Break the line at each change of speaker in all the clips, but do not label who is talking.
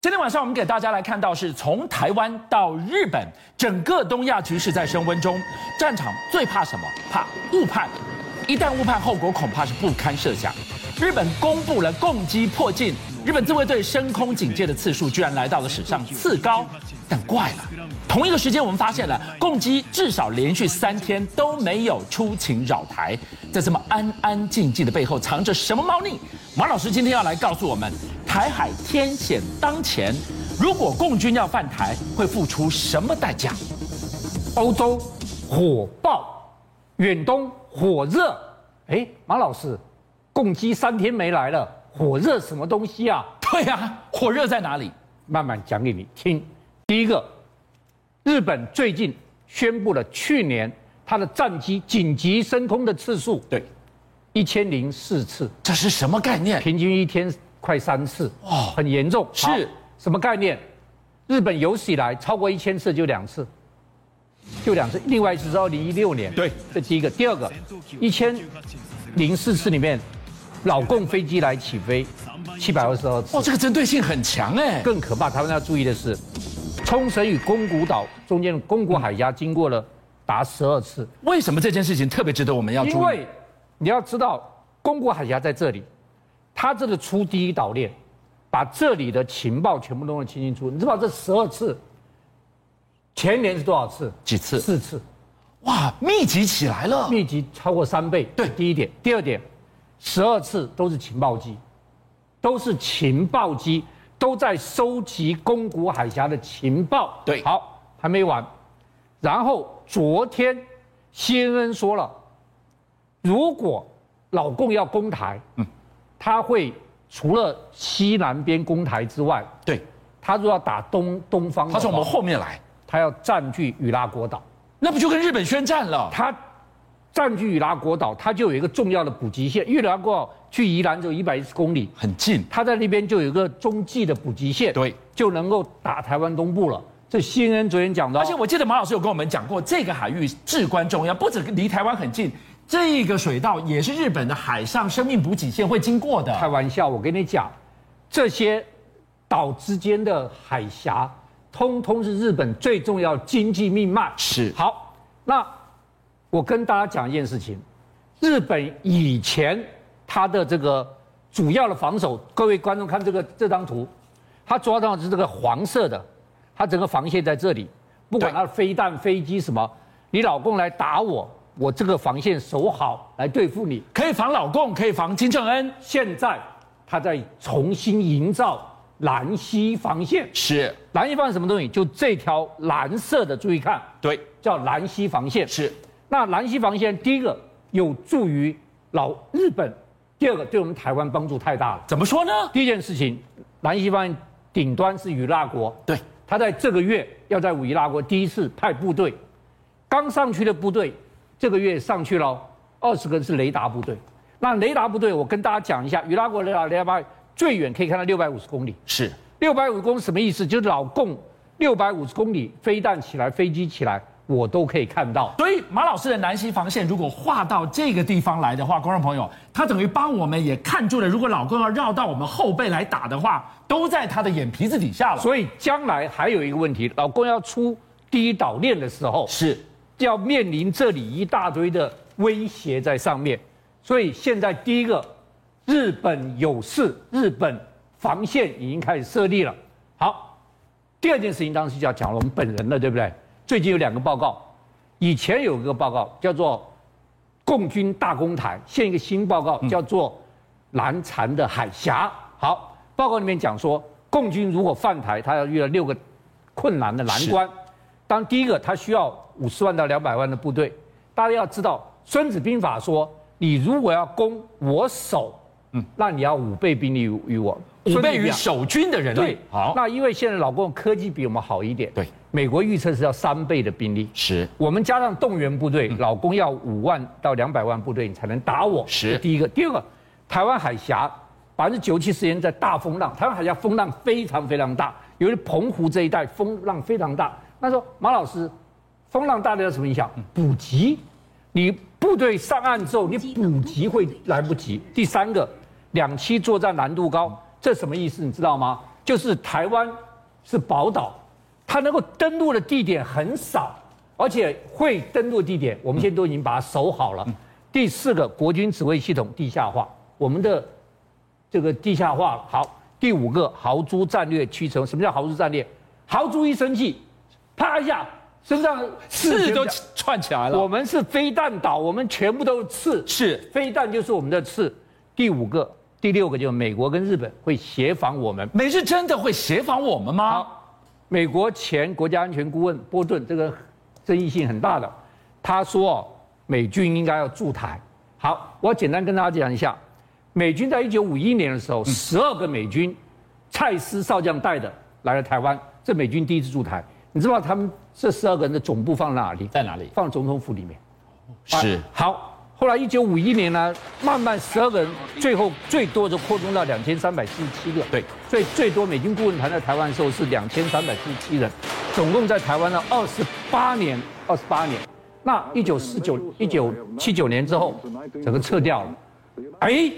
今天晚上我们给大家来看到是从台湾到日本，整个东亚局势在升温中。战场最怕什么？怕误判。一旦误判，后果恐怕是不堪设想。日本公布了共击迫近，日本自卫队升空警戒的次数居然来到了史上次高。但怪了，同一个时间我们发现了共击至少连续三天都没有出勤扰台，在这么安安静静的背后藏着什么猫腻？马老师今天要来告诉我们。台海天险当前，如果共军要犯台，会付出什么代价？
欧洲火爆，远东火热。哎，马老师，共机三天没来了，火热什么东西啊？
对呀、啊，火热在哪里？
慢慢讲给你听。第一个，日本最近宣布了去年它的战机紧急升空的次数，
对，
一千零四次，
这是什么概 念？
平均一天。快三次
哦，
很严重。
是
什么概念？日本有史以来超过一千次就两次，就两次。另外一次是二零一六年，
对，
这第一个。第二个，一千零四次里面，老共飞机来起飞七百二十二次。
哦，这个针对性很强哎。
更可怕，台湾要注意的是，冲绳与宫古岛中间的宫古海峡经过了达十二次。
为什么这件事情特别值得我们要注意？
因为你要知道，宫古海峡在这里。他这个出第一岛链，把这里的情报全部弄得清清楚楚。你知道这十二次，前年是多少次？
几次？
四次。
哇，密集起来了，
密集超过三倍。
对，
第一点。第二点，十二次都是情报机，都是情报机，都在收集宫古海峡的情报。
对
好，还没完。然后昨天，CNN 说了，如果老共要攻台，嗯。他会除了西南边攻台之外，
对，
他如果要打东东方，
他从我们后面来，
他要占据与拉国岛，
那不就跟日本宣战了？
他占据与拉国岛，他就有一个重要的补给线。与拉国岛距宜兰只有一百一十公里，
很近，
他在那边就有一个中继的补给线，
对，
就能够打台湾东部了。这新恩昨天讲的，
而且我记得马老师有跟我们讲过，这个海域至关重要，不止离台湾很近，这个水道也是日本的海上生命补给线会经过
开
的。
玩笑，我跟你讲，这些岛之间的海峡，通通是日本最重要经济命脉。
是
好，那我跟大家讲一件事情，日本以前它的这个主要的防守，各位观众看这个这张图，它主要的是这个黄色的，它整个防线在这里，不管
对
它的飞弹、飞机什么，你老公来打我，我这个防线守好来对付你。
可以防老共，可以防金正恩，
现在他在重新营造兰溪防线。
是
兰溪防线什么东西？就这条蓝色的，注意看，
对，
叫兰溪防线。
是
那兰溪防线，第一个有助于老日本，第二个对我们台湾帮助太大了。
怎么说呢？
第一件事情，兰溪防线顶端是与那国，
对，
他在这个月要在与那国第一次派部队，刚上去的部队，这个月上去了二十个是雷达部队。那雷达部队，我跟大家讲一下，与那国雷达雷达部队最远可以看到六百五十公里。
是
六百五十公里什么意思？就是老共六百五十公里飞弹起来、飞机起来，我都可以看到。
所以马老师的南溪防线如果画到这个地方来的话，观众朋友，他等于帮我们也看住了，如果老公要绕到我们后背来打的话，都在他的眼皮子底下了。
所以将来还有一个问题，老共要出第一岛链的时候，
是
要面临这里一大堆的威胁在上面，所以现在第一个，日本有事，日本防线已经开始设立了。好，第二件事情当时就要讲了我们本人了，对不对？最近有两个报告，以前有一个报告叫做“共军大攻台”，现在一个新报告
嗯
叫做“蓝残的海峡”。好，报告里面讲说，共军如果犯台，他要遇到六个困难的难关。当第一个，他需要五十万到两百万的部队。大家要知道，《孙子兵法》说，你如果要攻我守，嗯，那你要五倍兵力于于我，
五
孙子
倍于
兵法
守军的人力。
对，
好，
那因为现在老共科技比我们好一点，
对，
美国预测是要三倍的兵力，
是
我们加上动员部队，老共要五万到两百万部队，你才能打我。
是
这第一个，第二个，台湾海峡百分之九七时间在大风浪，台湾海峡风浪非常非常大，由于澎湖这一带风浪非常大。那时候马老师，风浪大对有什么影响？补给，你部队上岸之后，你补给会来不及。第三个，两栖作战难度高，这什么意思？你知道吗？就是台湾是宝岛，它能够登陆的地点很少，而且会登陆地点，我们现在都已经把它守好
嗯
了。第四个，国军指挥系统地下化，我们的这个地下化好。第五个，豪猪战略驱城。什么叫豪猪战略？豪猪一生气，啪一下，身上
刺都
全
串起来
我
了，
们是飞弹岛，我们全部都是刺。
是
飞弹就是我们的刺。第五个、第六个就是美国跟日本会协防我们。
美日真的会协防我们吗？
好，美国前国家安全顾问波顿，这个争议性很大的，他说哦，美军应该要驻台。好，我简单跟大家讲一下，美军在一九五一年的时候，十二个美军，蔡司少将带的来了台湾，这美军第一次驻台。你知道他们这十二个人的总部放哪里？
在哪里
放总统府里面。
是
啊。好。后来一九五一年呢，慢慢十二个人，最后最多就扩充到两千三百四十七个。
对，
所以最多美军顾问团在台湾的时候是两千三百四十七人，总共在台湾呢二十八年，二十八年。那一九四九一九七九年之后，整个撤掉了。哎，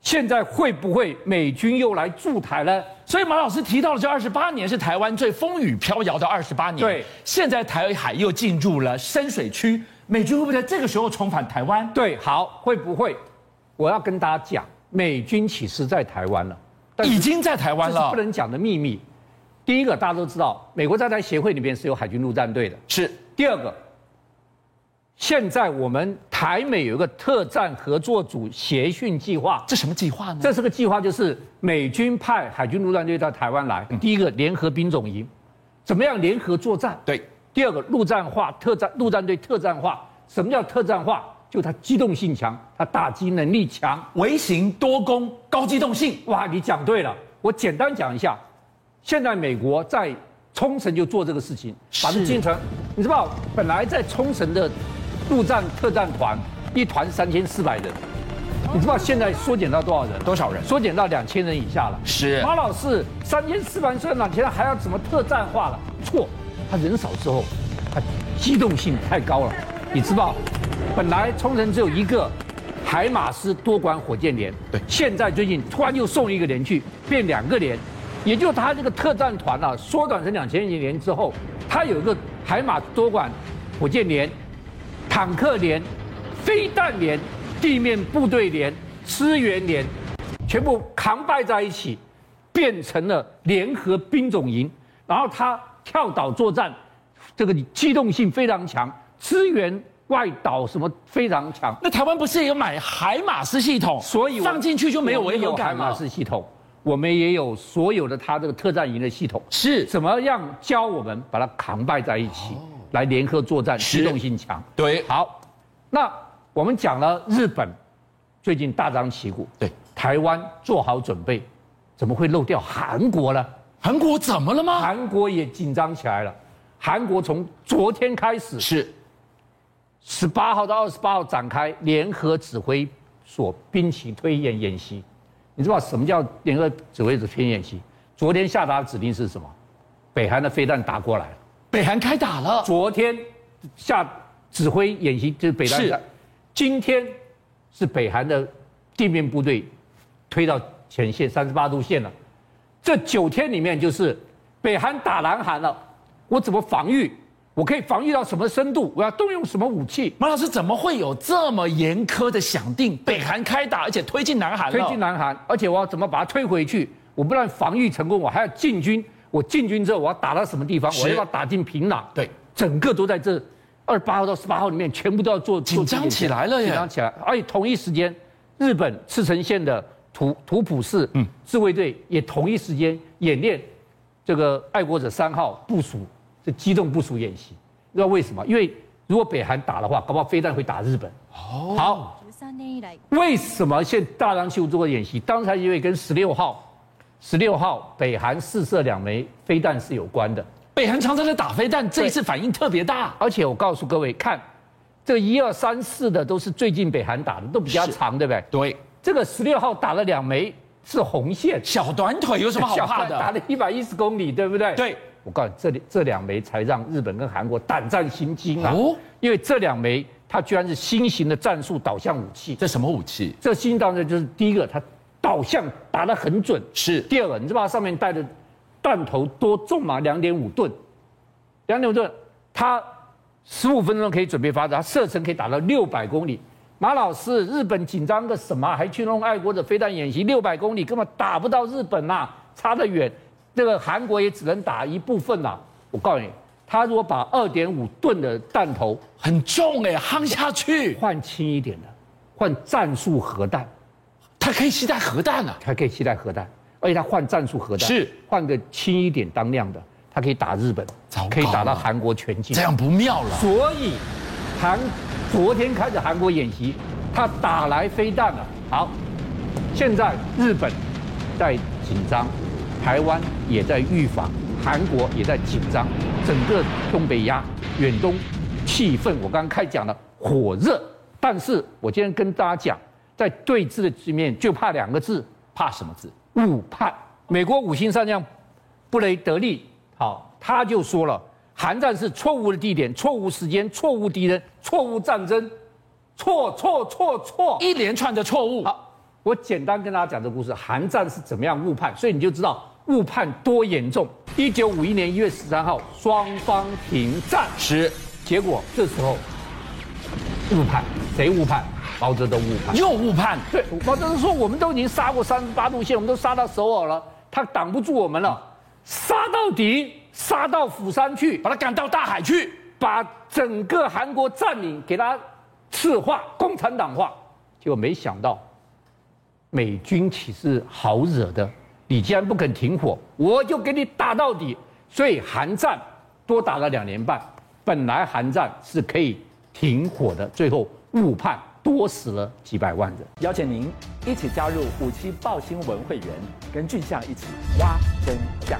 现在会不会美军又来驻台呢？
所以马老师提到的这二十八年是台湾最风雨飘摇的二十八年。
对
现在台海又进入了深水区，美军会不会在这个时候重返台湾？
对，好，会不会？我要跟大家讲，美军其实在台湾了，但是
已经在台湾
这是
了
不，能讲的秘密。第一个，大家都知道，美国在台协会里面是有海军陆战队的。
是
第二个，现在我们台美有一个特战合作组协训计划，
这什么计划呢？
这是个计划，就是美军派海军陆战队到台湾来，第一个联合兵种营，怎么样联合作战？
对，
第二个，陆战化特战，陆战队特战化。什么叫特战化？就它机动性强，它打击能力强，
微型多攻高机动性，
哇，你讲对了。我简单讲一下，现在美国在冲绳就做这个事情，
是
把它进城。你知道，本来在冲绳的陆战特战团一团三千四百人，你知道现在缩减到多少人？
多少人
缩减到两千人以下了。
是
马老师，三千四百人缩减两千人，还要怎么特战化了？错，他人少之后，他机动性太高了。你知道，本来冲绳只有一个海马斯多管火箭连，
对
现在最近突然又送一个连去，变两个连，也就是他这个特战团啊，缩短成两千人连之后，他有一个海马多管火箭连，坦克连、飞弹连、地面部队连、支援连，全部扛拜在一起，变成了联合兵种营。然后他跳岛作战，这个机动性非常强，支援外岛什么非常强。
那台湾不是也有买海马斯系统？
所以我
放进去就没有违和
我们有海
感
马
了。
式系统，我们也有所有的它这个特战营的系统，
是
怎么样教我们把它扛拜在一起，来联合作战，
是
机动性强。
对
好，那我们讲了日本最近大张旗鼓，
对，
台湾做好准备，怎么会漏掉韩国呢？
韩国怎么了吗？
韩国也紧张起来了。韩国从昨天开始，
是
十八号到二十八号展开联合指挥所兵棋推演演习。你知道什么叫联合指挥所推演演习？昨天下达的指令是什么？北韩的飞弹打过来了。
北韩开打了，
昨天下指挥演习就是北韩
是
的，今天是北韩的地面部队推到前线三十八度线了。这九天里面就是北韩打南韩了，我怎么防御？我可以防御到什么深度？我要动用什么武器？
马老师怎么会有这么严苛的想定？北韩开打，而且推进南韩了，
推进南韩，而且我要怎么把它推回去？我不但防御成功，我还要进军。我进军之后，我要打到什么地方？
是
我要不要打进平壤？
对，
整个都在这二十八号到十八号里面，全部都要做
紧张起来了耶
紧张起来。而且同一时间，日本赤城县的土土浦市嗯自卫队也同一时间演练这个爱国者三号部署这机动部署演习。你知道为什么？因为如果北韩打的话，搞不好飞弹会打日本。哦，好，
十三年以来，
为什么现在大张旗鼓做演习？当然，因为跟十六号、十六号北韩试射两枚飞弹是有关的。
北韩常常在打飞弹，这一次反应特别大。
而且我告诉各位，看这一二三四的都是最近北韩打的，都比较
是
长，对不对？
对，
这个十六号打了两枚是红线，
小短腿有什么好怕
小打
的？
了一百一十公里，对不对？
对，
我告诉你，这里这两枚才让日本跟韩国胆战心惊啊！
哦
因为这两枚它居然是新型的战术导向武器。
这什么武器？
这新导弹就是第一个，它导向打得很准；
是
第二个，你知不知道它上面带的弹头多重嘛，两点五吨，两点五吨，它十五分钟可以准备发射，它射程可以达到六百公里。马老师，日本紧张个什么？还去弄爱国者飞弹演习，六百公里根本打不到日本呐、差得远。这个韩国也只能打一部分呐、我告诉你，他如果把二点五吨的弹头
很重哎、夯下去，
换轻一点的，换战术核弹，
它可以携带核弹啊。
它可以携带核弹，而且它换战术核弹，
是
换个轻一点当量的，它可以打日本
糟糕，啊
可以打
了
到韩国全境
这。样不妙了。
所以，韩昨天开始韩国演习，他打来飞弹了。好，现在日本在紧张，台湾也在预防，韩国也在紧张，整个东北亚、远东气氛，我刚刚开讲了火热。但是我今天跟大家讲，在对峙的局面就怕两个字，
怕什么字？
误判。美国五星上将布雷德利，好，他就说了，韩战是错误的地点、错误时间、错误敌人、错误战争，错错错错。
一连串的错误。
好，我简单跟大家讲这个故事，韩战是怎么样误判，所以你就知道误判多严重。一九五一年一月十三号，双方停战，
十
结果这时候误判，谁误判？毛泽东误判。
又误判，
对，毛泽东说 我们都已经杀过三十八度线，我们都杀到首尔了，他挡不住我们了，杀到底，杀到釜山去，
把他赶到大海去。
把整个韩国占领，给他赤化、共产党化。结果没想到，美军岂是好惹的？你既然不肯停火，我就给你打到底。所以韩战多打了两年半，本来韩战是可以停火的，最后误判，多死了几百万人。
邀请您一起加入五七报新闻会员，跟俊相一起挖真相。